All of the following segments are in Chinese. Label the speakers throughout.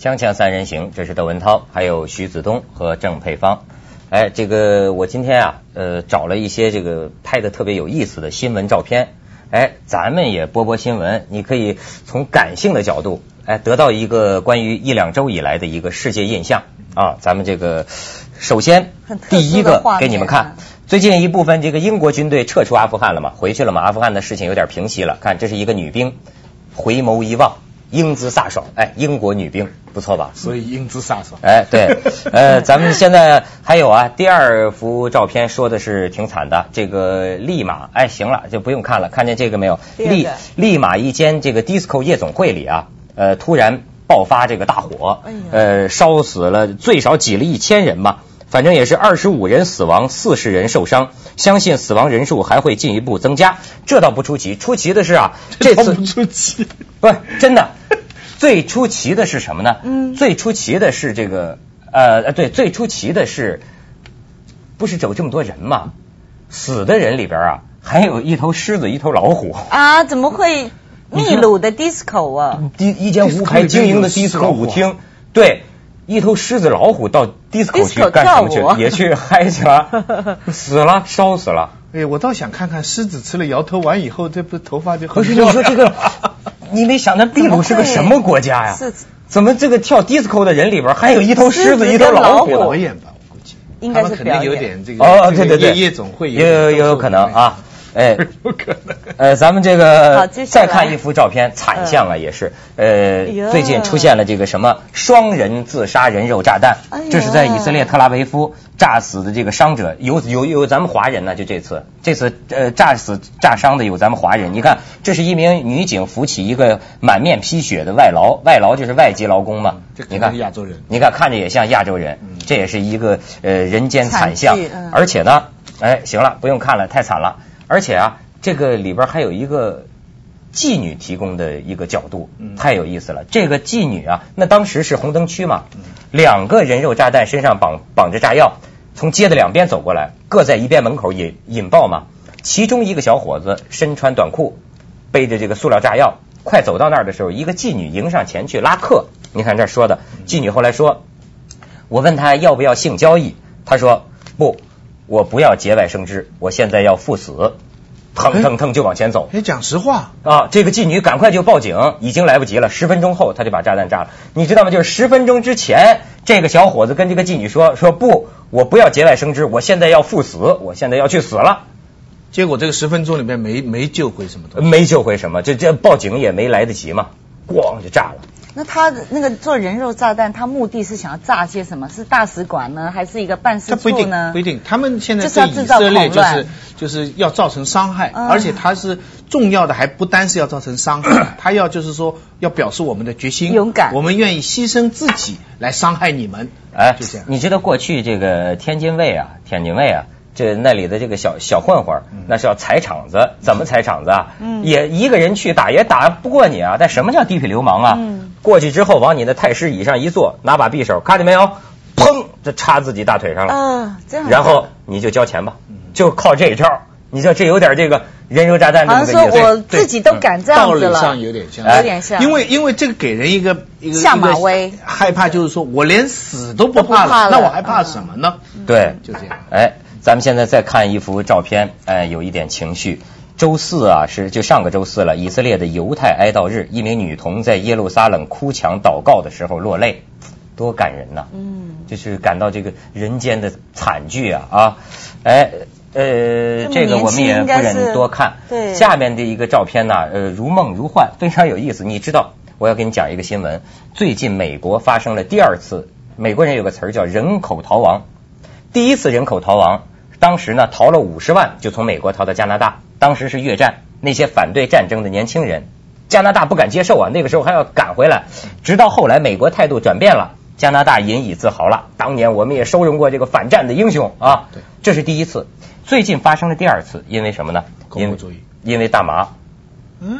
Speaker 1: 锵锵三人行，这是窦文涛，还有徐子东和郑佩芳。哎，这个我今天啊，呃，找了一些这个拍的特别有意思的新闻照片。哎，咱们也播播新闻，你可以从感性的角度，哎，得到一个关于一两周以来的一个世界印象啊。咱们这个首先
Speaker 2: 很特殊的
Speaker 1: 第一个
Speaker 2: 画面啊
Speaker 1: 给你们看，最近一部分这个英国军队撤出阿富汗了嘛，回去了嘛，阿富汗的事情有点平息了。看，这是一个女兵，回眸一望，英姿飒爽，哎，英国女兵不错吧？
Speaker 3: 所以英姿飒爽。
Speaker 1: 哎，对，呃，咱们现在还有啊，第二幅照片说的是挺惨的，这个利马，哎，行了，就不用看了，看见这个没有？
Speaker 2: 第二个
Speaker 1: 利利马一间这个 disco 夜总会里啊，呃，突然爆发这个大火
Speaker 2: 哎呀，
Speaker 1: 呃，烧死了最少挤了一千人吧。反正也是二十五人死亡，四十人受伤，相信死亡人数还会进一步增加，这倒不出奇。出奇的是啊，这次
Speaker 3: 不出奇，
Speaker 1: 不是真的。 最出奇的是什么呢？
Speaker 2: 嗯
Speaker 1: 最出奇的是这个呃呃对，最出奇的是不是有这么多人吗？死的人里边啊，还有一头狮子，一头老虎。
Speaker 2: 啊，怎么会秘鲁的 disco 啊？
Speaker 1: 第一间无牌经营的 disco 舞厅，对，一头狮子老虎到 disco 去
Speaker 2: disco
Speaker 1: 干什么
Speaker 2: 跳舞
Speaker 1: 去？也去嗨去了，死了，烧死了。
Speaker 3: 哎，我倒想看看狮子吃了摇头丸以后，这不头发就很
Speaker 1: 不是你
Speaker 3: 漂亮
Speaker 1: 说这个， 你没想到秘鲁是个什么国家呀
Speaker 2: 是？
Speaker 1: 怎么这个跳 disco 的人里边还有一头狮
Speaker 2: 狮
Speaker 1: 子
Speaker 2: 子
Speaker 1: 一头
Speaker 2: 跟老
Speaker 1: 老
Speaker 2: 虎
Speaker 1: 虎？
Speaker 3: 表演吧，我估计
Speaker 2: 应该是
Speaker 3: 他们肯定
Speaker 2: 表演
Speaker 3: 有点这个
Speaker 1: 哦，
Speaker 3: 这
Speaker 1: 对
Speaker 3: 个
Speaker 1: 对对，
Speaker 3: 夜夜总会
Speaker 1: 也有也有可能 啊，哎。
Speaker 3: 有可能。
Speaker 1: 呃，咱们这
Speaker 2: 好
Speaker 1: 个
Speaker 2: 接下来嗯
Speaker 1: 再看一幅照片，惨象啊也是，呃
Speaker 2: 哎呀，
Speaker 1: 最近出现了这个什么双人自杀人肉炸弹
Speaker 2: 哎呀，
Speaker 1: 这是在以色列特拉维夫炸死的这个伤者，有有有咱们华人呢，就这次这次呃炸死炸伤的有咱们华人，你看这是一名女警扶起一个满面披血的外劳，外劳就是外籍劳工嘛
Speaker 3: 这，可
Speaker 1: 你
Speaker 3: 能
Speaker 1: 看
Speaker 3: 是亚洲人。
Speaker 1: 你看看着也像亚洲人
Speaker 3: 嗯，
Speaker 1: 这也是一个呃人间惨象
Speaker 2: 惨剧嗯。
Speaker 1: 而且呢，哎，行了，不用看了，太惨了。而且啊，这个里边还有一个妓女提供的一个角度
Speaker 3: 嗯，
Speaker 1: 太有意思了。这个妓女啊，那当时是红灯区嘛
Speaker 3: 嗯，
Speaker 1: 两个人肉炸弹身上绑绑着炸药，从街的两边走过来，各在一边门口引引爆嘛。其中一个小伙子身穿短裤，背着这个塑料炸药，快走到那儿的时候，一个妓女迎上前去拉客。你看这儿说的，妓女后来说，我问她要不要性交易，她说不，我不要节外生枝，我现在要赴死，腾腾腾就往前走。
Speaker 3: 哎，讲实话，
Speaker 1: 啊，这个妓女赶快就报警，已经来不及了。十分钟后，她就把炸弹炸了。你知道吗？就是十分钟之前，这个小伙子跟这个妓女说：“说不，我不要节外生枝，我现在要赴死，我现在要去死了。”
Speaker 3: 结果这个十分钟里面没没救回什么东西。
Speaker 1: 没救回什么，这这报警也没来得及嘛，咣就炸了。
Speaker 2: 那他那个做人肉炸弹，他目的是想要炸些什么？是大使馆呢，还是一个办事
Speaker 3: 这不一
Speaker 2: 处
Speaker 3: 定
Speaker 2: 呢？，
Speaker 3: 不一定。他们现在
Speaker 2: 就是要
Speaker 3: 对
Speaker 2: 制
Speaker 3: 以
Speaker 2: 造
Speaker 3: 色列
Speaker 2: 恐
Speaker 3: 就是
Speaker 2: 乱。
Speaker 3: 就是要造成伤害，
Speaker 2: 嗯
Speaker 3: 而且他是重要的，还不单是要造成 伤害，他要就是说要表示我们的决心、
Speaker 2: 勇敢
Speaker 3: 我们愿意牺牲自己来伤害你们。
Speaker 1: 哎
Speaker 3: 就这样，。
Speaker 1: 你知道过去这个天津卫啊，天津卫啊，这那里的这个小小混混儿
Speaker 3: 嗯，
Speaker 1: 那是要踩场子，怎么踩场子啊？
Speaker 2: 嗯
Speaker 1: 也一个人去打也打不过你啊。但什么叫地痞流氓啊？
Speaker 2: 嗯
Speaker 1: 过去之后往你的太师椅上一坐，拿把匕首，看见没有？砰，就插自己大腿上了。
Speaker 2: 啊，这样。
Speaker 1: 然后你就交钱吧
Speaker 3: 嗯，
Speaker 1: 就靠这一招儿。你知道这有点这个人肉炸弹这
Speaker 2: 好
Speaker 1: 么
Speaker 2: 像
Speaker 1: 个
Speaker 2: 说
Speaker 1: 意思。
Speaker 2: 我自己
Speaker 1: 嗯
Speaker 2: 都敢这样子
Speaker 3: 道理
Speaker 2: 了，
Speaker 3: 上有点像，
Speaker 2: 有点像。
Speaker 3: 因为因为这个给人一个一个
Speaker 2: 下马威
Speaker 3: 一个害怕就是说我连死都不
Speaker 2: 都
Speaker 3: 怕
Speaker 2: 不怕了嗯
Speaker 3: 了，那我还怕什么呢？
Speaker 1: 对，
Speaker 3: 就这样。
Speaker 1: 哎，咱们现在再看一幅照片，哎，有一点情绪。周四啊，是就上个周四了，以色列的犹太哀悼日，一名女童在耶路撒冷哭墙祷告的时候落泪，多感人呐、
Speaker 2: 嗯，
Speaker 1: 就是感到这个人间的惨剧啊啊！哎呃，
Speaker 2: 这么
Speaker 1: 这个我们也
Speaker 2: 年轻应
Speaker 1: 不
Speaker 2: 该是
Speaker 1: 忍多看。
Speaker 2: 对
Speaker 1: 下面的一个照片呢、呃，如梦如幻，非常有意思。你知道，我要给你讲一个新闻，最近美国发生了第二次，美国人有个词儿叫人口逃亡。第一次人口逃亡，当时呢逃了五十万，就从美国逃到加拿大。当时是越战，那些反对战争的年轻人，加拿大不敢接受啊，那个时候还要赶回来。直到后来美国态度转变了，加拿大引以自豪了。当年我们也收容过这个反战的英雄啊
Speaker 3: 对，
Speaker 1: 这是第一次。最近发生了第二次，因为什么呢？
Speaker 3: 恐怖
Speaker 1: 因
Speaker 3: 主义
Speaker 1: 因为大麻，
Speaker 3: 嗯，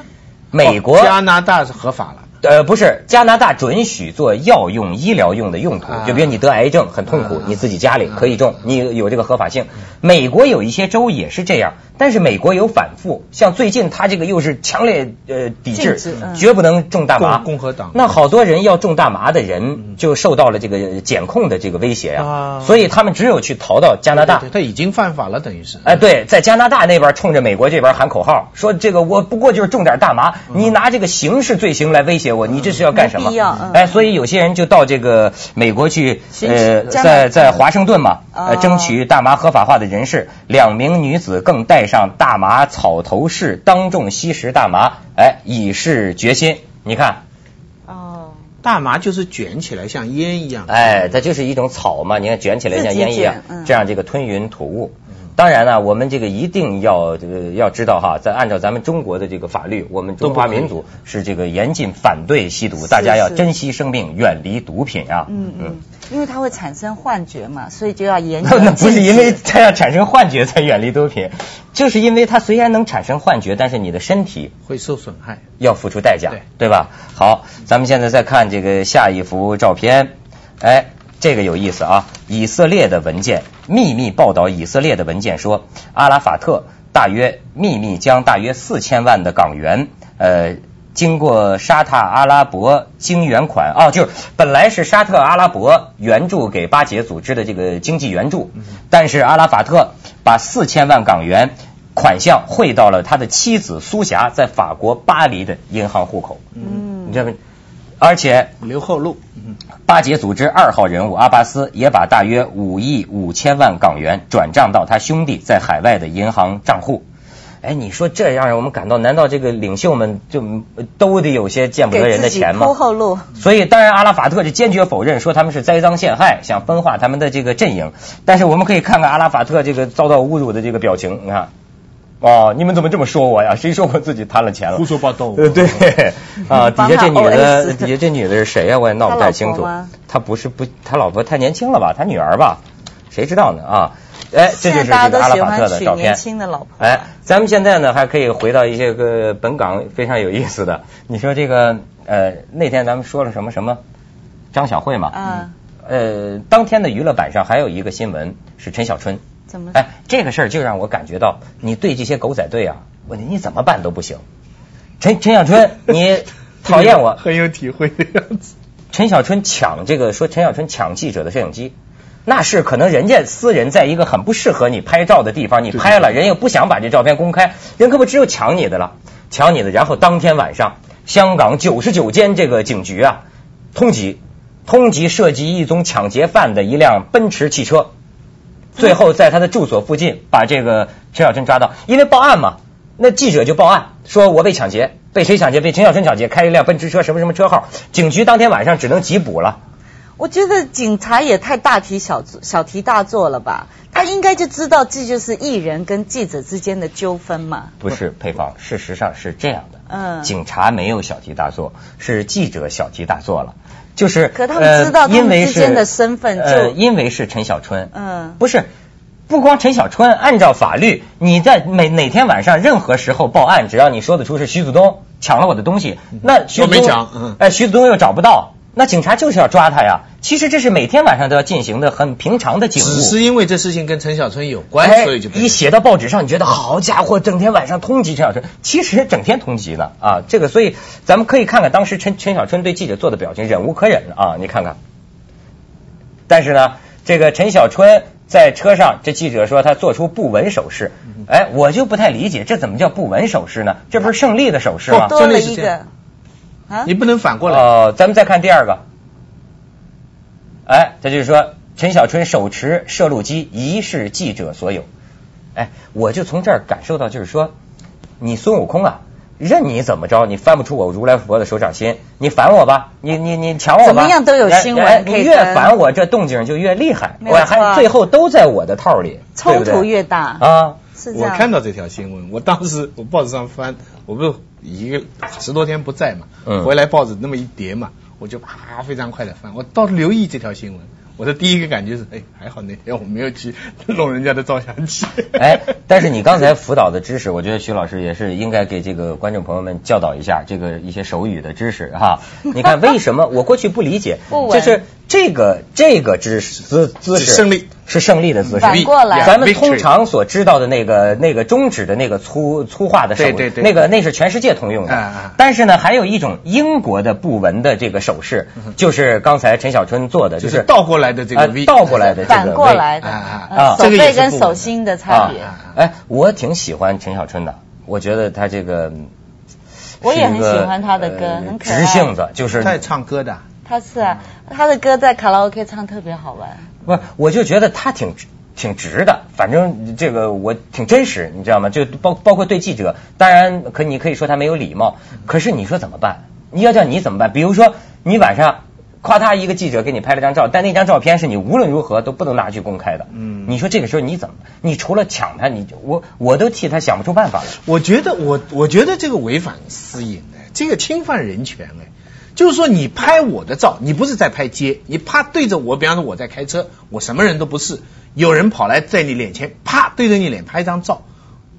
Speaker 1: 美国
Speaker 3: 哦加拿大是合法了，
Speaker 1: 呃，不是，加拿大准许做药用、医疗用的用途
Speaker 3: 啊，
Speaker 1: 就比如你得癌症很痛苦
Speaker 3: 啊，
Speaker 1: 你自己家里可以种，你有这个合法性。美国有一些州也是这样，但是美国有反复，像最近他这个又是强烈呃抵制
Speaker 2: 禁止嗯，
Speaker 1: 绝不能种大麻。
Speaker 3: 共共和党
Speaker 1: 那好多人要种大麻的人就受到了这个呃检控的这个威胁
Speaker 3: 嗯啊
Speaker 1: 啊，所以他们只有去逃到加拿大
Speaker 3: 对。他已经犯法了，等于是。
Speaker 1: 哎，对，在加拿大那边冲着美国这边喊口号，说这个我不过就是种点大麻，你拿这个刑事罪行来威胁我，你这是要干什么
Speaker 2: 嗯没必要嗯？
Speaker 1: 哎，所以有些人就到这个美国去，
Speaker 2: 寻
Speaker 1: 呃，
Speaker 2: 加拿
Speaker 1: 在在华盛顿嘛，
Speaker 2: 哦
Speaker 1: 呃，争取大麻合法化的人士，两名女子更戴上大麻草头饰，当众吸食大麻，哎，以示决心。你看，
Speaker 2: 哦，
Speaker 3: 大麻就是卷起来像烟一样。
Speaker 1: 哎，它就是一种草嘛，你看卷起来像烟一样
Speaker 2: 自己卷嗯，
Speaker 1: 这样这个吞云吐雾。当然呢，我们这个一定要这个要知道哈，在按照咱们中国的这个法律，我们中华民族是这个严禁反对吸毒，大家要
Speaker 2: 是
Speaker 1: 珍惜生命，远离毒品啊。
Speaker 2: 嗯嗯，因为它会产生幻觉嘛，所以就要 严
Speaker 1: 那
Speaker 2: 格
Speaker 1: 不是
Speaker 2: 禁
Speaker 1: 因为
Speaker 2: 止。
Speaker 1: 它要产生幻觉才远离毒品，就是因为它虽然能产生幻觉，但是你的身体
Speaker 3: 会受损害。
Speaker 1: 要付出代价，
Speaker 3: 对
Speaker 1: 吧？好，咱们现在再看这个下一幅照片，哎，这个有意思啊！以色列的文件秘密报道，以色列的文件说，阿拉法特大约秘密将大约四千万的港元，呃。经过沙特阿拉伯经援款哦，就是本来是沙特阿拉伯援助给巴解组织的这个经济援
Speaker 3: 嗯
Speaker 1: 助，但是阿拉法特把四千万港元款项汇到了他的妻子苏霞在法国巴黎的银行户口。你
Speaker 2: 嗯，
Speaker 1: 知道吗？而且
Speaker 3: 留后路。嗯
Speaker 1: 巴解组织二号人物阿巴斯也把大约五亿五千万港元转账到他兄弟在海外的银行账户。哎，你说这样让我们感到，难道这个领袖们就呃都得有些见不得
Speaker 2: 给
Speaker 1: 人
Speaker 2: 自
Speaker 1: 的
Speaker 2: 己
Speaker 1: 钱吗？
Speaker 2: 铺后路。
Speaker 1: 所以，当然阿拉法特是坚决否认说他们是栽赃陷害，想分化他们的这个阵营。但是我们可以看看阿拉法特这个遭到侮辱的这个表情，你看，哦，你们怎么这么说我呀？谁说我自己贪了钱了？
Speaker 3: 胡说八道
Speaker 1: 呃， 对，啊，底下这女的，
Speaker 2: 嗯帮他 OS
Speaker 1: 底下这女的是谁呀？我也闹不太清
Speaker 2: 他老
Speaker 1: 楚
Speaker 2: 婆吗。
Speaker 1: 他不是不，他老婆太年轻了吧？他女儿吧？谁知道呢？啊，哎，这就是
Speaker 2: 现在
Speaker 1: 这个阿
Speaker 2: 大家都
Speaker 1: 拉
Speaker 2: 喜
Speaker 1: 法
Speaker 2: 欢
Speaker 1: 特的
Speaker 2: 娶
Speaker 1: 照
Speaker 2: 年
Speaker 1: 片。
Speaker 2: 轻的老婆。
Speaker 1: 哎，咱们现在呢还可以回到一些个本港非常有意思的， 你说这个呃那天咱们说了什么什么张小慧嘛，
Speaker 2: 啊，
Speaker 1: 呃当天的娱乐版上还有一个新闻是陈小春，
Speaker 2: 怎么？
Speaker 1: 哎这个事儿就让我感觉到你对这些狗仔队啊，我你怎么办都不行，陈陈小春你讨厌我，
Speaker 3: 很有体会的样子。
Speaker 1: 陈小春抢这个说陈小春抢记者的摄影机，那是可能人家私人在一个很不适合你拍照的地方，你拍了，人又不想把这照片公开，人可不只有抢你的了，抢你的，然后当天晚上，香港九十九间这个警局啊，通缉，通缉涉及一宗抢劫犯的一辆奔驰汽车，最后在他的住所附近把这个陈小春抓到，因为报案嘛，那记者就报案说我被抢劫，被谁抢劫？被陈小春抢劫，开一辆奔驰车，什么什么车号，警局当天晚上只能缉捕了。
Speaker 2: 我觉得警察也太大题小做小题大做了吧？他应该就知道这就是艺人跟记者之间的纠纷嘛。
Speaker 1: 不是配方，事实上是这样的，
Speaker 2: 嗯，
Speaker 1: 警察没有小题大做，是记者小题大做了，就是
Speaker 2: 可他们知道
Speaker 1: 呃
Speaker 2: 他们
Speaker 1: 因为
Speaker 2: 之
Speaker 1: 是
Speaker 2: 间的身份就
Speaker 1: 呃，因为是陈小春，
Speaker 2: 嗯
Speaker 1: 不是。不光陈小春，按照法律，你在每哪天晚上任何时候报案，只要你说得出是徐子东抢了我的东西，那徐子
Speaker 3: 我
Speaker 1: 东
Speaker 3: 没抢嗯
Speaker 1: 哎，徐子东又找不到，那警察就是要抓他呀。其实这是每天晚上都要进行的很平常的警务。
Speaker 3: 只是因为这事情跟陈小春有关，
Speaker 1: 哎
Speaker 3: 所以就被
Speaker 1: 一写到报纸上，你觉得好家伙，整天晚上通缉陈小春，其实整天通缉呢啊，这个所以咱们可以看看当时陈陈小春对记者做的表情，忍无可忍啊，你看看。但是呢，这个陈小春在车上，这记者说他做出不文手势，
Speaker 3: 嗯
Speaker 1: 哎，我就不太理解，这怎么叫不文手势呢？这不是胜利的手势吗？
Speaker 2: 多
Speaker 3: 真
Speaker 2: 了
Speaker 3: 的是
Speaker 2: 一
Speaker 3: 这样
Speaker 2: 个啊
Speaker 3: 你不能反过来。
Speaker 1: 哦，咱们再看第二个，哎，这就是说陈小春手持摄录机，疑是记者所有。哎，我就从这儿感受到，就是说，你孙悟空啊，任你怎么着，你翻不出我如来佛的手掌心，你烦我吧，你你你抢我吧，
Speaker 2: 怎么样都有新闻
Speaker 1: 哎哎
Speaker 2: 可以
Speaker 1: 你越
Speaker 2: 跟
Speaker 1: 烦我，这动静就越厉害，
Speaker 2: 没
Speaker 1: 我
Speaker 2: 有
Speaker 1: 还
Speaker 2: 错
Speaker 1: 最后都在我的套里，对
Speaker 2: 冲
Speaker 1: 不对
Speaker 2: 突越大，
Speaker 1: 啊。
Speaker 2: 是这
Speaker 3: 我
Speaker 2: 样。
Speaker 3: 看到这条新闻，我当时我报纸上翻，我不是一个十多天不在嘛，
Speaker 1: 嗯
Speaker 3: 回来报纸那么一叠嘛，我就啪非常快的翻，我倒留意这条新闻，我的第一个感觉是，哎，还好那天我没有去弄人家的照相机。
Speaker 1: 哎，但是你刚才辅导的知识，我觉得徐老师也是应该给这个观众朋友们教导一下这个一些手语的知识哈。你看为什么我过去不理解，
Speaker 2: 不稳
Speaker 1: 就是这个这个姿势姿姿势
Speaker 3: 是胜利
Speaker 1: 是胜利的姿势，
Speaker 2: 反过来
Speaker 1: 咱们通常所知道的那个那个中指的那个粗粗话的手，
Speaker 3: 对对对
Speaker 1: 那个那是全世界通用的。
Speaker 3: 嗯嗯
Speaker 1: 但是呢，还有一种英国的不纹的这个手势，就是刚才陈小春做的，
Speaker 3: 嗯就
Speaker 1: 就是是
Speaker 3: 倒过来的这个
Speaker 1: 呃
Speaker 3: V
Speaker 1: 倒过来的这个 V
Speaker 2: 反过来的，
Speaker 1: 啊
Speaker 3: 啊
Speaker 2: 呃手
Speaker 3: 这个也
Speaker 2: 背
Speaker 3: 是
Speaker 2: 跟
Speaker 3: 不稳
Speaker 2: 手心的差别。
Speaker 1: 啊。哎，我挺喜欢陈小春的，我觉得他这个。嗯
Speaker 2: 我也
Speaker 1: 是一个呃
Speaker 2: 很喜欢他的歌很可爱
Speaker 1: 直性子就是
Speaker 3: 他也唱歌的啊，
Speaker 2: 他是啊，他的歌在卡拉 OK 唱特别好玩。
Speaker 1: 不，我就觉得他挺直挺直的，反正这个我挺真实，你知道吗？就包包括对记者，当然可你可以说他没有礼貌，
Speaker 2: 嗯
Speaker 1: 可是你说怎么办？你要叫你怎么办？比如说你晚上。夸他一个记者给你拍了张照，但那张照片是你无论如何都不能拿去公开的。
Speaker 3: 嗯
Speaker 1: 你说这个时候你怎么？你除了抢他，你我我都替他想不出办法来。
Speaker 3: 我觉得我我觉得这个违反私隐哎，这个侵犯人权哎，就是说你拍我的照，你不是在拍街，你啪对着我，比方说我在开车，我什么人都不是，有人跑来在你脸前啪对着你脸拍一张照。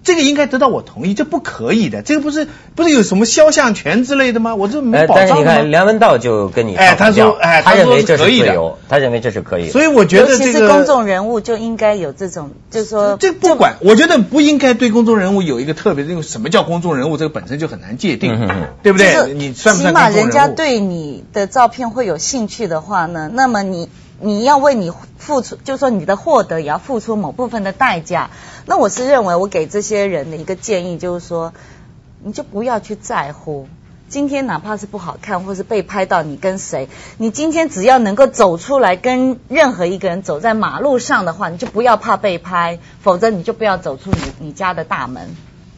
Speaker 3: 这个应该得到我同意，这不可以的，这个不是不是有什么肖像权之类的吗？我这没
Speaker 1: 呃
Speaker 3: 保
Speaker 1: 但是
Speaker 3: 障
Speaker 1: 你
Speaker 3: 的
Speaker 1: 看
Speaker 3: 吗？
Speaker 1: 梁文道就跟你唱
Speaker 3: 哎
Speaker 1: 反
Speaker 3: 他说
Speaker 1: 调
Speaker 3: 哎
Speaker 1: 他
Speaker 3: 他
Speaker 1: 认
Speaker 3: 说
Speaker 1: 为这是
Speaker 3: 可以
Speaker 1: 自
Speaker 3: 的
Speaker 1: 由，他认为这是可以的。
Speaker 3: 所以我觉得
Speaker 2: 尤其
Speaker 3: 这
Speaker 2: 是
Speaker 3: 个
Speaker 2: 公众人物就应该有这种，就是说
Speaker 3: 这不管，我觉得不应该对公众人物有一个特别的，因为什么叫公众人物，这个本身就很难界定，
Speaker 1: 嗯嗯嗯
Speaker 3: 对不
Speaker 2: 就是
Speaker 3: 对？你算不
Speaker 2: 起
Speaker 3: 算
Speaker 2: 码
Speaker 3: 公众
Speaker 2: 人家
Speaker 3: 人物？
Speaker 2: 对你的照片会有兴趣的话呢，那么你你要为你付出，就是说你的获得也要付出某部分的代价。那我是认为，我给这些人的一个建议就是说，你就不要去在乎。今天哪怕是不好看，或是被拍到你跟谁，你今天只要能够走出来跟任何一个人走在马路上的话，你就不要怕被拍，否则你就不要走出你你家的大门。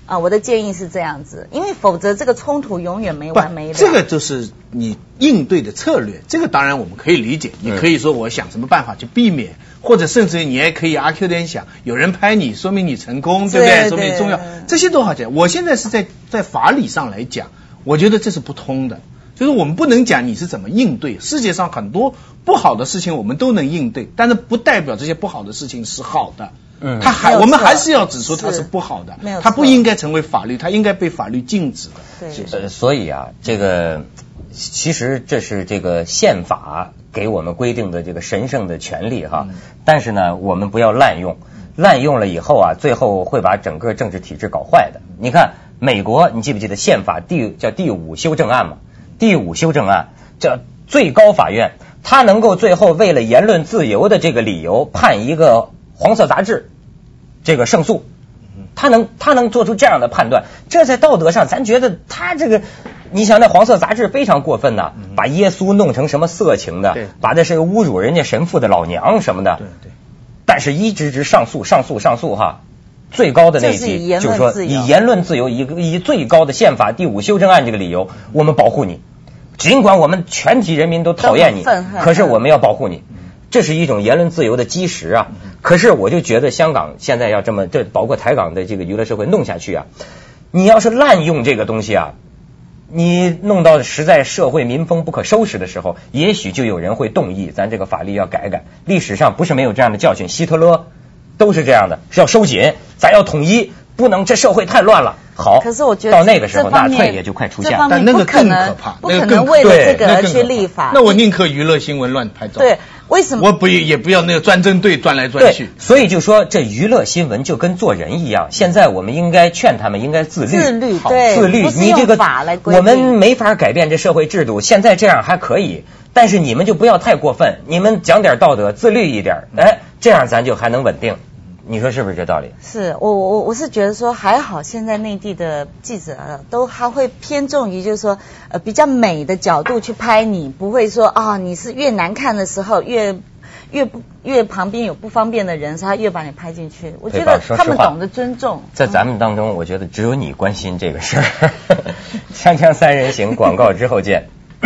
Speaker 2: 啊，我的建议是这样子，因为否则这个冲突永远没完没了。
Speaker 3: 这个就是你应对的策略，这个当然我们可以理解。你可以说我想什么办法去避免，或者甚至于你也可以阿 Q 点想，有人拍你，说明你成功，对不
Speaker 2: 对对
Speaker 3: 对？说明你重要，这些都好讲。我现在是在在法理上来讲，我觉得这是不通的。就是我们不能讲你是怎么应对，世界上很多不好的事情我们都能应对，但是不代表这些不好的事情是好的。
Speaker 1: 嗯
Speaker 3: 它
Speaker 2: 没
Speaker 3: 还
Speaker 2: 有
Speaker 3: 我们
Speaker 2: 错
Speaker 3: 还是要指出它
Speaker 2: 是
Speaker 3: 是不好的
Speaker 2: 没有，
Speaker 3: 它不
Speaker 2: 错
Speaker 3: 应该成为法律，它应该被法律禁止的。
Speaker 2: 对
Speaker 3: 是
Speaker 1: 呃，所以啊，这个其实这是这个宪法给我们规定的这个神圣的权利哈。
Speaker 3: 嗯
Speaker 1: 但是呢，我们不要滥用，滥用了以后啊，最后会把整个政治体制搞坏的。你看美国，你记不记得宪法第叫第五修正案嘛？第五修正案叫最高法院，它能够最后为了言论自由的这个理由判一个黄色杂志这个胜诉。
Speaker 3: 嗯
Speaker 1: 他能他能做出这样的判断，这在道德上，咱觉得他这个，你想那黄色杂志非常过分呐、把耶稣弄成什么色情的
Speaker 3: 对，
Speaker 1: 把这是侮辱人家神父的老娘什么的
Speaker 3: 对，对。
Speaker 1: 但是一直直上诉上诉上诉哈，最高的那一
Speaker 2: 就是以
Speaker 1: 级
Speaker 2: 言
Speaker 1: 就是
Speaker 2: 论
Speaker 1: 说
Speaker 2: 自由
Speaker 1: 以言论自由以以最高的宪法第五修正案这个理由，我们保护你，尽管我们全体人民都讨厌你
Speaker 2: 都很愤，恨嗯
Speaker 1: 可是我们要保护你。这是一种言论自由的基石啊！可是我就觉得香港现在要这么，这包括台港的这个娱乐社会弄下去啊，你要是滥用这个东西啊，你弄到实在社会民风不可收拾的时候，也许就有人会动议，咱这个法律要改改。历史上不是没有这样的教训，希特勒都是这样的，是要收紧，咱要统一，不能这社会太乱了。好，
Speaker 2: 可是我觉得
Speaker 1: 到那个时候，
Speaker 2: 这方
Speaker 1: 纳
Speaker 2: 面
Speaker 1: 粹也就快出现
Speaker 2: 这
Speaker 1: 了
Speaker 2: 方。
Speaker 3: 但
Speaker 2: 面
Speaker 3: 那
Speaker 2: 不
Speaker 3: 个
Speaker 2: 可
Speaker 3: 更
Speaker 2: 能
Speaker 3: 可怕，
Speaker 2: 不
Speaker 3: 那个
Speaker 2: 可
Speaker 3: 更
Speaker 2: 能为了
Speaker 1: 对
Speaker 2: 这个而
Speaker 3: 那更
Speaker 2: 去
Speaker 3: 可怕
Speaker 2: 立法。
Speaker 3: 那我宁可娱乐新闻乱拍照。
Speaker 2: 对，为什么？
Speaker 3: 我不也不要那个专争队转来转
Speaker 1: 对
Speaker 3: 去，。
Speaker 1: 所以就说这娱乐新闻就跟做人一样，现在我们应该劝他们应该自律，
Speaker 2: 自律
Speaker 1: 好
Speaker 2: 对
Speaker 1: 自律。
Speaker 2: 哎不是
Speaker 1: 你这
Speaker 2: 用
Speaker 1: 个
Speaker 2: 法来规定
Speaker 1: 我们没法改变这社会制度，现在这样还可以，但是你们就不要太过分，你们讲点道德，自律一点，
Speaker 2: 嗯
Speaker 1: 哎，这样咱就还能稳定。你说是不是这道理？
Speaker 2: 是我我我是觉得说还好，现在内地的记者啊都还会偏重于就是说呃比较美的角度去拍你，不会说啊、你是越难看的时候越越不越旁边有不方便的人，所以他越把你拍进去。我觉
Speaker 1: 对
Speaker 2: 得
Speaker 1: 吧说
Speaker 2: 他们
Speaker 1: 实话
Speaker 2: 懂得尊重。
Speaker 1: 在咱们当中，我觉得只有你关心这个事儿。 锵锵三人行，广告之后见。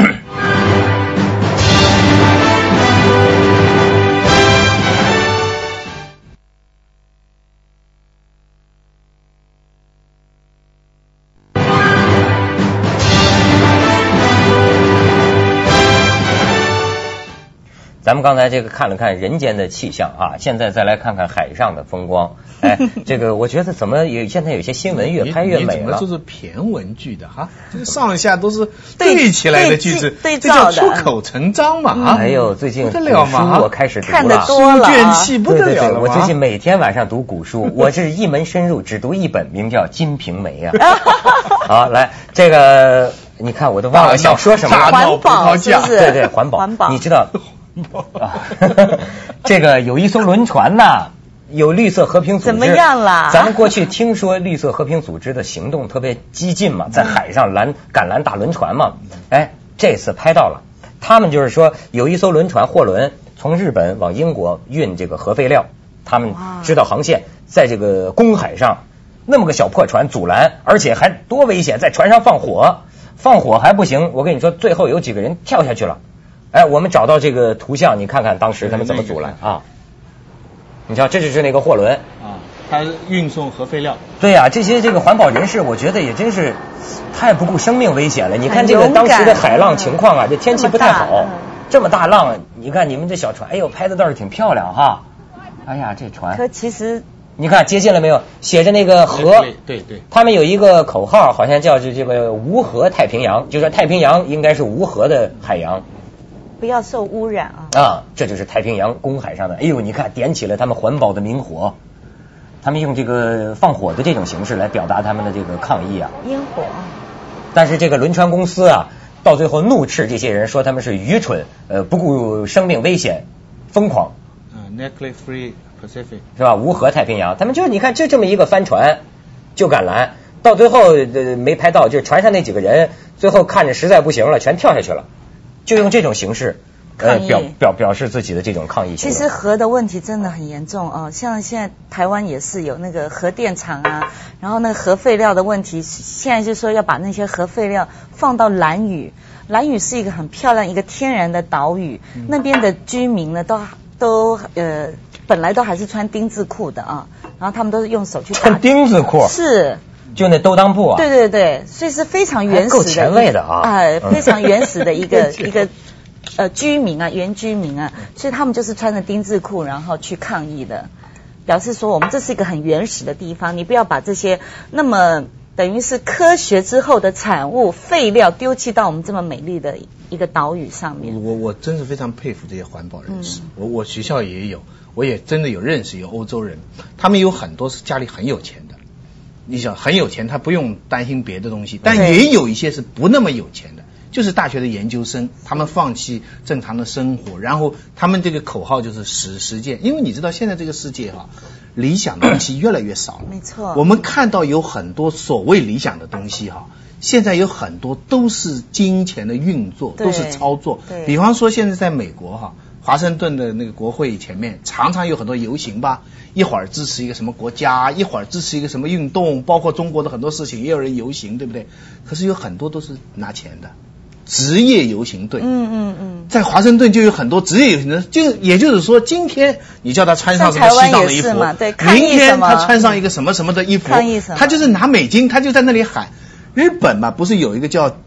Speaker 1: 咱们刚才这个看了看人间的气象啊，现在再来看看海上的风光。 哎，这个我觉得怎么有现在有些新闻越拍越
Speaker 3: 你
Speaker 1: 美
Speaker 3: 怎么
Speaker 1: 了
Speaker 3: 就。是骈文句的哈？这个上下都是对起来的句子，
Speaker 2: 对对
Speaker 3: 这
Speaker 2: 照
Speaker 3: 叫
Speaker 2: 的
Speaker 3: 出口成章嘛啊！
Speaker 1: 嗯还有最近
Speaker 3: 不得
Speaker 1: 古
Speaker 3: 了嘛啊
Speaker 1: 书我开始读
Speaker 2: 看得
Speaker 1: 了。
Speaker 2: 多了啊
Speaker 3: 书卷气不
Speaker 1: 对
Speaker 3: 得
Speaker 1: 对
Speaker 3: 了
Speaker 1: 对，
Speaker 3: 了
Speaker 1: 我最近
Speaker 3: 嘛啊
Speaker 1: 每天晚上读古书，我是一门深入，只读一本，名叫《金瓶梅》啊。好，来这个，你看我都忘了想说什么
Speaker 3: 大
Speaker 1: 了。
Speaker 3: 脑
Speaker 2: 环保
Speaker 3: 葡萄
Speaker 2: 是
Speaker 3: 架
Speaker 2: 不是？
Speaker 1: 对对，环保。
Speaker 2: 环保。
Speaker 1: 你知道啊， 这个有一艘轮船呐。有绿色和平组织
Speaker 2: 怎么样啦
Speaker 1: 咱们过去听说绿色和平组织的行动特别激进
Speaker 2: 嗯
Speaker 1: 嘛，在海上拦赶拦大轮船嘛。哎，这次拍到了，他们就是说有一艘轮船货轮从日本往英国运这个核废料，他们
Speaker 2: 哇
Speaker 1: 知道航线，在这个公海上那么个小破船阻拦，而且还多危险，在船上放火，放火还不行，我跟你说，最后有几个人跳下去了。哎，我们找到这个图像，你看看当时他们怎么阻拦啊？你瞧，这就是那个货轮。
Speaker 3: 啊，它运送核废料。
Speaker 1: 对呀、这些这个环保人士，我觉得也真是太不顾生命危险了。你看这个
Speaker 2: 很勇
Speaker 1: 当
Speaker 2: 敢嗯
Speaker 1: 时的海浪情况啊，这天气不太
Speaker 2: 这么
Speaker 1: 好
Speaker 2: 大嗯，
Speaker 1: 这么大浪，你看你们这小船，哎呦，拍的倒是挺漂亮哈。哎呀，这
Speaker 2: 可
Speaker 1: 船，
Speaker 2: 其实
Speaker 1: 你看接近了没有？写着那个河，
Speaker 3: 对对对
Speaker 1: 他们有一个口号，好像叫这这个无核太平洋，就说太平洋应该是无核的海洋。
Speaker 2: 不要受污染啊。
Speaker 1: 啊，这就是太平洋公海上的。哎呦，你看，点起了他们环保的明火，他们用这个放火的这种形式来表达他们的这个抗议啊。
Speaker 2: 烟火啊，
Speaker 1: 但是这个轮船公司啊，到最后怒斥这些人，说他们是愚蠢，呃，不顾生命危险，疯狂，
Speaker 3: 嗯 n e c l e Free Pacific。
Speaker 1: 是吧？无核太平洋，他们就是你看，就这么一个帆船就敢拦，到最后呃没拍到，就是船上那几个人最后看着实在不行了，全跳下去了，就用这种形式呃
Speaker 2: 抗议
Speaker 1: 表表表示自己的这种抗议行
Speaker 2: 其
Speaker 1: 为。
Speaker 2: 实核的问题真的很严重哦，像现在台湾也是有那个核电厂啊，然后那个核废料的问题，现在就说要把那些核废料放到兰屿，兰屿是一个很漂亮一个天然的岛屿，
Speaker 1: 嗯
Speaker 2: 那边的居民呢都都呃本来都还是穿丁字裤的啊，然后他们都是用手去打
Speaker 1: 穿钉子裤。
Speaker 2: 是，
Speaker 1: 就那兜裆布啊。
Speaker 2: 对对对，所以是非常原
Speaker 1: 还够
Speaker 2: 始的一，
Speaker 1: 前卫的啊
Speaker 2: 哎
Speaker 1: 嗯
Speaker 2: 非常原始的 一个一个呃居民啊，原居民啊，所以他们就是穿着丁字裤，然后去抗议的，表示说我们这是一个很原始的地方，你不要把这些那么等于是科学之后的产物废料丢弃到我们这么美丽的一个岛屿上面。
Speaker 3: 我我真是非常佩服这些环保人士。
Speaker 2: 嗯
Speaker 3: 我我学校也有，我也真的有认识有欧洲人，他们有很多是家里很有钱的。你想很有钱，他不用担心别的东西，但
Speaker 2: 对
Speaker 3: 也有一些是不那么有钱的，就是大学的研究生，他们放弃正常的生活，然后他们这个口号就是实实践，因为你知道现在这个世界哈、理想的东西越来越少了，
Speaker 2: 没错
Speaker 3: 我们看到有很多所谓理想的东西哈、现在有很多都是金钱的运作，
Speaker 2: 对
Speaker 3: 都是操作
Speaker 2: 对。
Speaker 3: 比方说，现在在美国哈、华盛顿的那个国会前面常常有很多游行吧，一会儿支持一个什么国家，一会儿支持一个什么运动，包括中国的很多事情也有人游行，对不对？可是有很多都是拿钱的，职业游行队。
Speaker 2: 嗯嗯嗯，
Speaker 3: 在华盛顿就有很多职业游行队，就是也就是说，今天你叫他穿上什么西
Speaker 2: 像台
Speaker 3: 藏
Speaker 2: 湾
Speaker 3: 的
Speaker 2: 也
Speaker 3: 衣
Speaker 2: 是
Speaker 3: 服
Speaker 2: 嘛对，抗议
Speaker 3: 明天
Speaker 2: 什么
Speaker 3: 他穿上一个什么什么的衣服
Speaker 2: 抗议什么，
Speaker 3: 他就是拿美金，他就在那里喊。日本嘛，不是有一个叫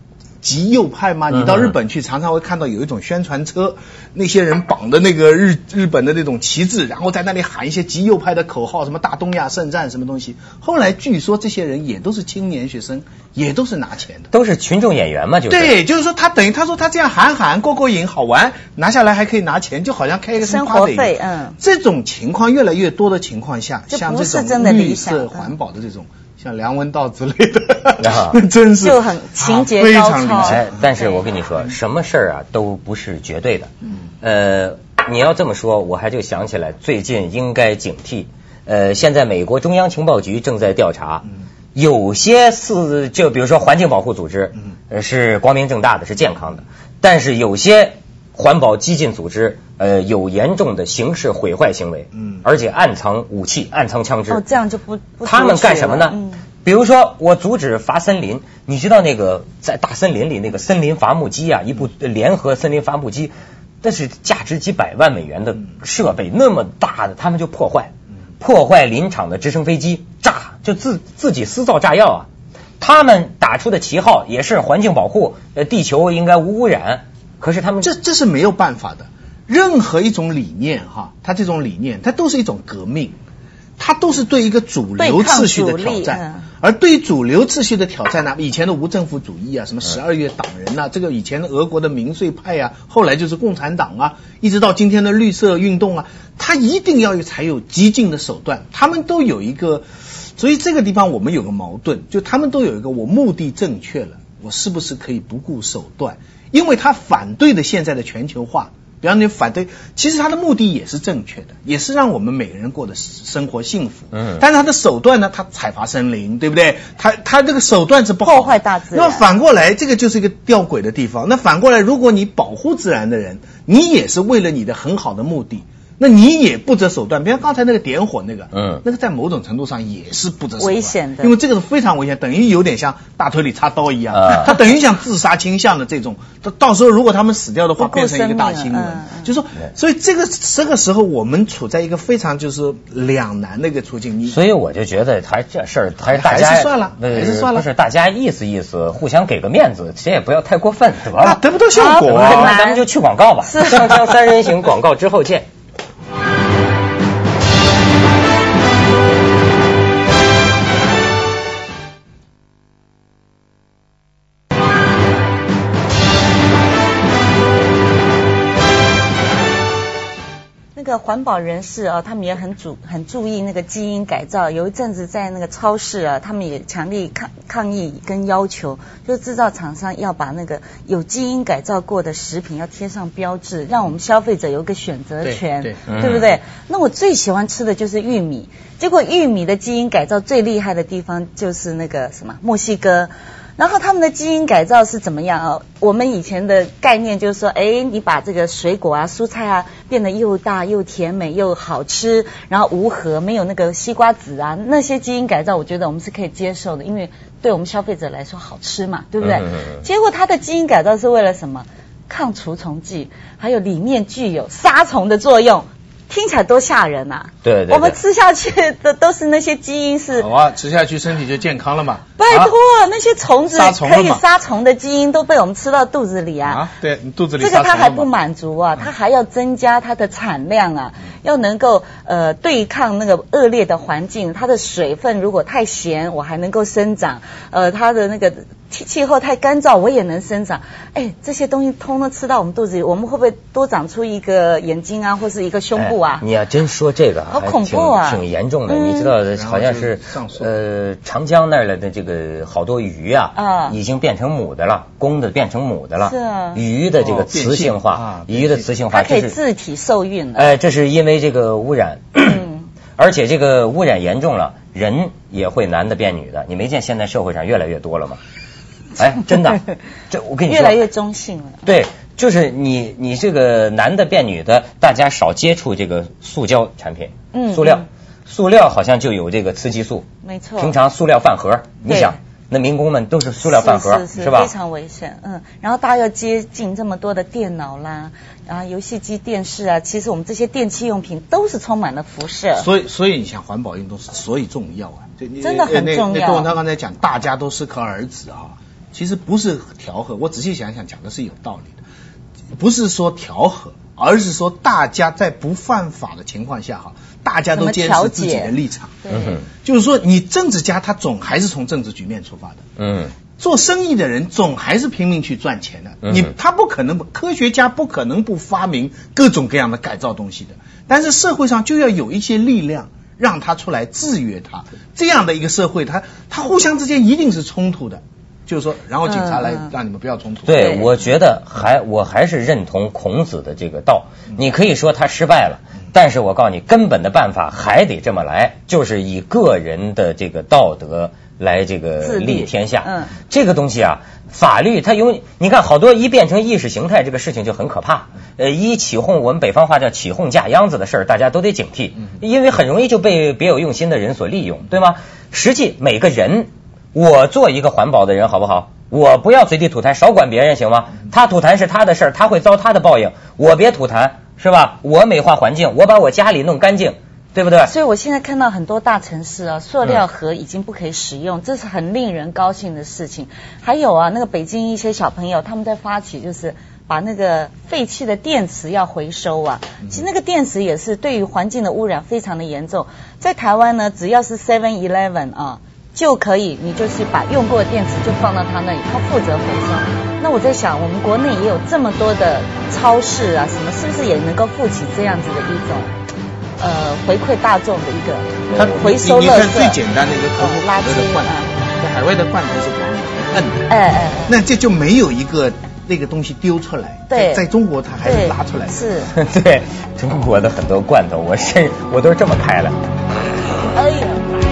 Speaker 3: 极右派吗？
Speaker 1: 嗯
Speaker 3: 你到日本去，常常会看到有一种宣传车，那些人绑的那个日日本的那种旗帜，然后在那里喊一些极右派的口号，什么大东亚圣战什么东西。后来据说这些人也都是青年学生，也都是拿钱的。
Speaker 1: 都是群众演员嘛，就是。
Speaker 3: 对，就是说他等于他说他这样喊喊过过瘾好玩，拿下来还可以拿钱，就好像开一个
Speaker 2: 生
Speaker 3: party
Speaker 2: 活
Speaker 3: 一
Speaker 2: 费
Speaker 3: 样
Speaker 2: 嗯
Speaker 3: 这种情况越来越多的情况下，
Speaker 2: 就
Speaker 3: 像
Speaker 2: 不
Speaker 3: 这
Speaker 2: 是真的
Speaker 3: 种
Speaker 2: 理
Speaker 3: 绿
Speaker 2: 想
Speaker 3: 色
Speaker 2: 嗯
Speaker 3: 环保的这种，像梁文道之类的
Speaker 1: 啊，
Speaker 3: 那真是
Speaker 2: 就很情节
Speaker 3: 啊非
Speaker 2: 高
Speaker 3: 常理
Speaker 2: 超
Speaker 3: 想。
Speaker 1: 哎，但是我跟你
Speaker 2: 嗯
Speaker 1: 说，什么事儿啊都不是绝对的。
Speaker 3: 嗯
Speaker 1: 呃，你要这么说，我还就想起来，最近应该警惕。呃，现在美国中央情报局正在调查，
Speaker 3: 嗯
Speaker 1: 有些是就比如说环境保护组织，
Speaker 3: 嗯
Speaker 1: 呃是光明正大的，是健康的，但是有些环保激进组织，呃，有严重的刑事毁坏行为，
Speaker 3: 嗯
Speaker 1: 而且暗藏武器、暗藏枪支。
Speaker 2: 哦这样就不不
Speaker 1: 他们干什么呢？
Speaker 2: 出去了嗯
Speaker 1: 比如说，我阻止伐森林，你知道那个在大森林里那个森林伐木机啊，一部联合森林伐木机，但是价值几百万美元的设备，那么大的，他们就破坏
Speaker 3: 嗯，
Speaker 1: 破坏林场的直升飞机，炸就自自己私造炸药啊。他们打出的旗号也是环境保护，呃，地球应该无污染，可是他们
Speaker 3: 这这是没有办法的。任何一种理念哈，它这种理念它都是一种革命，它都是对一个主流
Speaker 2: 对抗
Speaker 3: 秩序的
Speaker 2: 主
Speaker 3: 挑
Speaker 2: 力
Speaker 3: 战
Speaker 2: 嗯。
Speaker 3: 而对主流秩序的挑战呢，以前的无政府主义啊，什么十二月党人呐、这个以前的俄国的民粹派啊，后来就是共产党啊，一直到今天的绿色运动啊，它一定要有才有激进的手段，他们都有一个，所以这个地方我们有个矛盾，就他们都有一个我目的正确了，我是不是可以不顾手段？因为他反对的现在的全球化。比方你反对，其实他的目的也是正确的，也是让我们每个人过得生活幸福。
Speaker 1: 嗯
Speaker 3: 但是他的手段呢，他采伐森林，对不对？他他这个手段是不好的
Speaker 2: 破坏大自然
Speaker 3: 那反过来，这个就是一个吊诡的地方。那反过来，如果你保护自然的人，你也是为了你的很好的目的。那你也不择手段，比方刚才那个点火那个，
Speaker 1: 嗯
Speaker 3: 那个在某种程度上也是不择手段，
Speaker 2: 危险的
Speaker 3: 因为这个是非常危险，等于有点像大腿里插刀一样，
Speaker 1: 啊
Speaker 3: 他等于像自杀倾向的这种，他到时候如果他们死掉的话，
Speaker 2: 不顾
Speaker 3: 变成一个大
Speaker 2: 生
Speaker 3: 新
Speaker 2: 命
Speaker 3: 闻，
Speaker 2: 嗯嗯
Speaker 3: 就说，所以这个这个时候我们处在一个非常就是两难的一个处境，你
Speaker 1: 所以我就觉得还这事儿还是大家
Speaker 3: 还是算了
Speaker 1: 呃
Speaker 3: 还是算了
Speaker 1: 不是大家意思意思，互相给个面子，谁也不要太过分，得
Speaker 3: 那
Speaker 1: 了。
Speaker 3: 得不到效果、
Speaker 2: 啊
Speaker 1: 那
Speaker 2: 很难
Speaker 1: 咱们就去广告吧，
Speaker 2: 是
Speaker 1: 锵锵三人行广告之后见。
Speaker 2: 那个环保人士啊，他们也很注很注意那个基因改造。有一阵子在那个超市啊，他们也强力抗抗议跟要求，就是制造厂商要把那个有基因改造过的食品要贴上标志，让我们消费者有个选择权，
Speaker 3: 对嗯
Speaker 1: 对
Speaker 2: 不对？那我最喜欢吃的就是玉米，结果玉米的基因改造最厉害的地方就是那个什么墨西哥。然后他们的基因改造是怎么样啊？我们以前的概念就是说，哎，你把这个水果啊、蔬菜啊变得又大又甜美又好吃，然后无核，没有那个西瓜籽啊，那些基因改造，我觉得我们是可以接受的，因为对我们消费者来说好吃嘛，对不对？
Speaker 1: 嗯嗯嗯
Speaker 2: 结果它的基因改造是为了什么？抗除虫剂，还有里面具有杀虫的作用，听起来多吓人啊！
Speaker 1: 对对对
Speaker 2: 我们吃下去的都是那些基因是
Speaker 3: 好啊，吃下去身体就健康了嘛。
Speaker 2: 拜
Speaker 3: 啊
Speaker 2: 托，那些虫子
Speaker 3: 杀虫了
Speaker 2: 可以
Speaker 3: 嘛
Speaker 2: 杀虫的基因都被我们吃到肚子里啊。
Speaker 3: 啊，对，你肚子里
Speaker 2: 这个
Speaker 3: 杀
Speaker 2: 它
Speaker 3: 虫
Speaker 2: 还
Speaker 3: 了
Speaker 2: 不
Speaker 3: 嘛嗯
Speaker 2: 满足啊，它还要增加它的产量啊，要能够呃对抗那个恶劣的环境，它的水分如果太咸，我还能够生长，呃，它的那个气气候太干燥，我也能生长。哎，这些东西通通吃到我们肚子里，我们会不会多长出一个眼睛啊，或是一个胸部啊
Speaker 1: 哎？你要真说这个啊，
Speaker 2: 好恐怖啊
Speaker 1: 还挺挺严重的。
Speaker 2: 嗯
Speaker 1: 你知道，好像
Speaker 3: 然
Speaker 1: 是
Speaker 3: 后就上诉
Speaker 1: 呃长江那儿来的这个好多鱼啊，
Speaker 2: 啊
Speaker 1: 已经变成母的了，公的变成母的了。
Speaker 2: 是啊
Speaker 1: 鱼的这个
Speaker 3: 哦变性
Speaker 1: 雌性化，
Speaker 3: 啊
Speaker 1: 鱼的雌性化，
Speaker 2: 它可以
Speaker 1: 这是
Speaker 2: 自体受孕了。
Speaker 1: 哎，这是因为这个污染，
Speaker 2: 嗯
Speaker 1: 而且这个污染严重了，人也会男的变女的。你没见现在社会上越来越多了 吗？哎，真的，这我跟你说，
Speaker 2: 越来越中性了。
Speaker 1: 对，就是你你这个男的变女的，大家少接触这个塑胶产品，
Speaker 2: 嗯
Speaker 1: 塑料
Speaker 2: 嗯，
Speaker 1: 塑料好像就有这个雌激素，
Speaker 2: 没错，
Speaker 1: 平常塑料饭盒，你
Speaker 2: 对
Speaker 1: 想那民工们都是塑料饭盒，
Speaker 2: 是是
Speaker 1: 吧
Speaker 2: 非？常危险，嗯。然后大家又接近这么多的电脑啦，啊，游戏机、电视啊，其实我们这些电器用品都是充满了辐 射。
Speaker 3: 所以，所以你想环保运动是所以重要啊，就你
Speaker 2: 真的很
Speaker 3: 那
Speaker 2: 重
Speaker 3: 那
Speaker 2: 要
Speaker 3: 窦文涛刚才讲，大家都适可而止啊，其实不是调和，我仔细想想讲的是有道理的，不是说调和，而是说大家在不犯法的情况下哈，大家
Speaker 2: 怎
Speaker 3: 都
Speaker 2: 么
Speaker 3: 坚
Speaker 2: 调
Speaker 3: 持自己
Speaker 2: 解
Speaker 3: 的立场，
Speaker 2: 对
Speaker 1: 嗯哼，
Speaker 3: 就是说你政治家他总还是从政治局面出发的。
Speaker 1: 嗯，
Speaker 3: 做生意的人总还是拼命去赚钱的，
Speaker 1: 嗯
Speaker 3: 你他不可能不，科学家不可能不发明各种各样的改造东西的，但是社会上就要有一些力量让他出来制约他，这样的一个社会，他他互相之间一定是冲突的，就是说，然后警察来
Speaker 2: 嗯
Speaker 3: 让你们不要冲突，
Speaker 1: 对，
Speaker 2: 对嗯
Speaker 1: 我觉得还我还是认同孔子的这个道。你可以说他失败了，
Speaker 2: 嗯
Speaker 1: 但是我告诉你，根本的办法还得这么来，就是以个人的这个道德来这个
Speaker 2: 自律
Speaker 1: 立天下。
Speaker 2: 嗯，
Speaker 1: 这个东西啊，法律它有，你看好多一变成意识形态这个事情就很可怕。呃，一起哄，我们北方话叫起哄架秧子的事儿，大家都得警惕，因为很容易就被别有用心的人所利用，对吗？实际每个人我做一个环保的人，好不好？我不要随地吐痰，少管别人，行吗？他吐痰是他的事儿，他会遭他的报应。我别吐痰，是吧？我美化环境，我把我家里弄干净，对不对？
Speaker 2: 所以我现在看到很多大城市啊，塑料盒已经不可以使用，这是很令人高兴的事情。还有啊，那个北京一些小朋友他们在发起就是把那个废弃的电池要回收啊。其实那个电池也是对于环境的污染非常的严重。在台湾呢，只要是 Seven Eleven 啊，就可以，你就是把用过的电池就放到他那里，他负责回收。那我在想，我们国内也有这么多的超市啊，什么是不是也能够负起这样子的一种呃回馈大众的一个呃
Speaker 3: 它
Speaker 2: 回收
Speaker 3: 你
Speaker 2: 垃
Speaker 3: 看
Speaker 2: 圾、啊
Speaker 3: 最简单的一个可口可
Speaker 2: 垃
Speaker 3: 乐的
Speaker 2: 圾
Speaker 3: 罐头
Speaker 2: 啊？，
Speaker 3: 在海外的罐头是往里面摁的，
Speaker 2: 哎哎哎
Speaker 3: 那这就没有一个那个东西丢出来。
Speaker 2: 对
Speaker 3: 在在中国它还是
Speaker 2: 对
Speaker 3: 拉出来的。
Speaker 2: 是。
Speaker 1: 对中国的很多罐头，我是我都是这么开的。
Speaker 2: 哎呀。